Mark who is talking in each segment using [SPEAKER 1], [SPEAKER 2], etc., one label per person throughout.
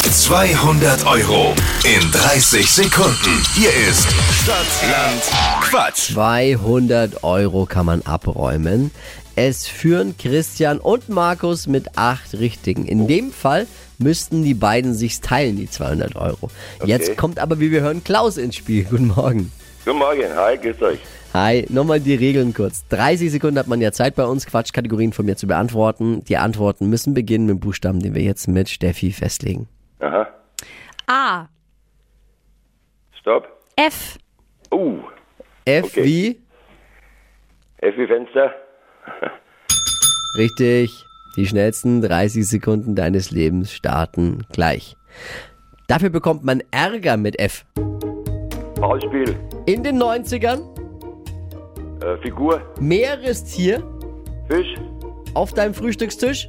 [SPEAKER 1] 200 Euro in 30 Sekunden. Hier ist Stadtland Quatsch.
[SPEAKER 2] 200 Euro kann man abräumen. Es führen Christian und Markus mit acht Richtigen. In dem Fall müssten die beiden sich teilen, die 200 Euro. Jetzt kommt aber, wie wir hören, Klaus ins Spiel. Guten Morgen.
[SPEAKER 3] Guten Morgen, hi, grüß euch.
[SPEAKER 2] Hi, nochmal die Regeln kurz. 30 Sekunden hat man ja Zeit bei uns, Quatschkategorien von mir zu beantworten. Die Antworten müssen beginnen mit dem Buchstaben, den wir jetzt mit Steffi festlegen.
[SPEAKER 3] Aha,
[SPEAKER 4] A.
[SPEAKER 3] stopp.
[SPEAKER 4] F.
[SPEAKER 3] Uh,
[SPEAKER 2] F
[SPEAKER 3] Okay.
[SPEAKER 2] wie?
[SPEAKER 3] F wie Fenster.
[SPEAKER 2] Richtig. Die schnellsten 30 Sekunden deines Lebens starten gleich. Dafür bekommt man Ärger mit F.
[SPEAKER 3] Ballspiel,
[SPEAKER 2] In den 90ern
[SPEAKER 3] äh, Figur,
[SPEAKER 2] Meerestier
[SPEAKER 3] Fisch,
[SPEAKER 2] auf deinem Frühstückstisch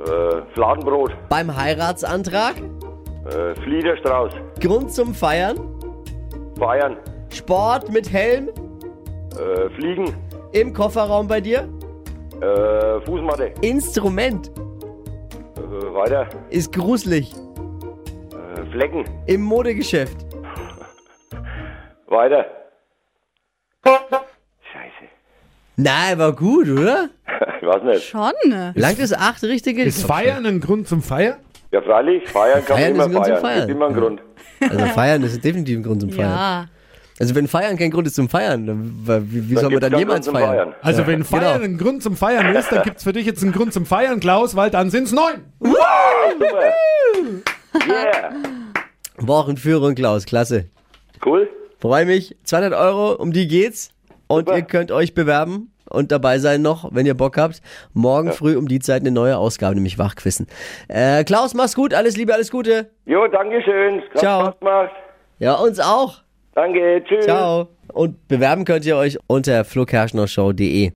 [SPEAKER 3] äh, Fladenbrot,
[SPEAKER 2] beim Heiratsantrag
[SPEAKER 3] äh, Fliederstrauß,
[SPEAKER 2] Grund zum Feiern
[SPEAKER 3] Bayern,
[SPEAKER 2] Sport mit Helm
[SPEAKER 3] äh, Fliegen,
[SPEAKER 2] im Kofferraum bei dir
[SPEAKER 3] äh, Fußmatte,
[SPEAKER 2] Instrument
[SPEAKER 3] äh, weiter,
[SPEAKER 2] ist gruselig
[SPEAKER 3] äh, Flecken,
[SPEAKER 2] im Modegeschäft
[SPEAKER 3] weiter. Scheiße,
[SPEAKER 2] Na, war gut, oder?
[SPEAKER 3] ich weiß nicht.
[SPEAKER 4] Schon.
[SPEAKER 2] Langt es acht richtige?
[SPEAKER 5] Ist Feiern ein Grund zum Feiern?
[SPEAKER 3] Ja, freilich, feiern kann
[SPEAKER 2] Feiern ist
[SPEAKER 3] man
[SPEAKER 2] ein
[SPEAKER 3] immer
[SPEAKER 2] Grund zum
[SPEAKER 3] feiern.
[SPEAKER 2] Feiern.
[SPEAKER 3] Gibt immer einen Grund.
[SPEAKER 2] Also feiern ist definitiv ein Grund zum Feiern.
[SPEAKER 4] Ja.
[SPEAKER 2] Also wenn Feiern kein Grund ist zum Feiern, dann wa- wie, wie soll man
[SPEAKER 3] gibt's
[SPEAKER 2] dann
[SPEAKER 3] keinen
[SPEAKER 2] jemals
[SPEAKER 3] Grund zum
[SPEAKER 2] feiern?
[SPEAKER 3] Feiern.
[SPEAKER 5] Also wenn Feiern ein Grund zum Feiern ist, dann gibt es für dich jetzt einen Grund zum Feiern, Klaus, weil dann sind es neun.
[SPEAKER 3] Super. Yeah,
[SPEAKER 2] Wochenführung, Klaus, klasse.
[SPEAKER 3] cool.
[SPEAKER 2] Freue mich. 200 Euro, um die geht's. Und
[SPEAKER 3] Super.
[SPEAKER 2] ihr könnt euch bewerben und dabei sein noch, wenn ihr Bock habt. Morgen früh um die Zeit eine neue Ausgabe, nämlich Wachquissen. Äh, Klaus, mach's gut, alles Liebe, alles Gute.
[SPEAKER 3] Jo, danke schön. Hat
[SPEAKER 2] Ciao.
[SPEAKER 3] Spaß gemacht.
[SPEAKER 2] Ja, uns auch.
[SPEAKER 3] Danke, tschüss.
[SPEAKER 2] Ciao. Und bewerben könnt ihr euch unter flokerschnershow.de.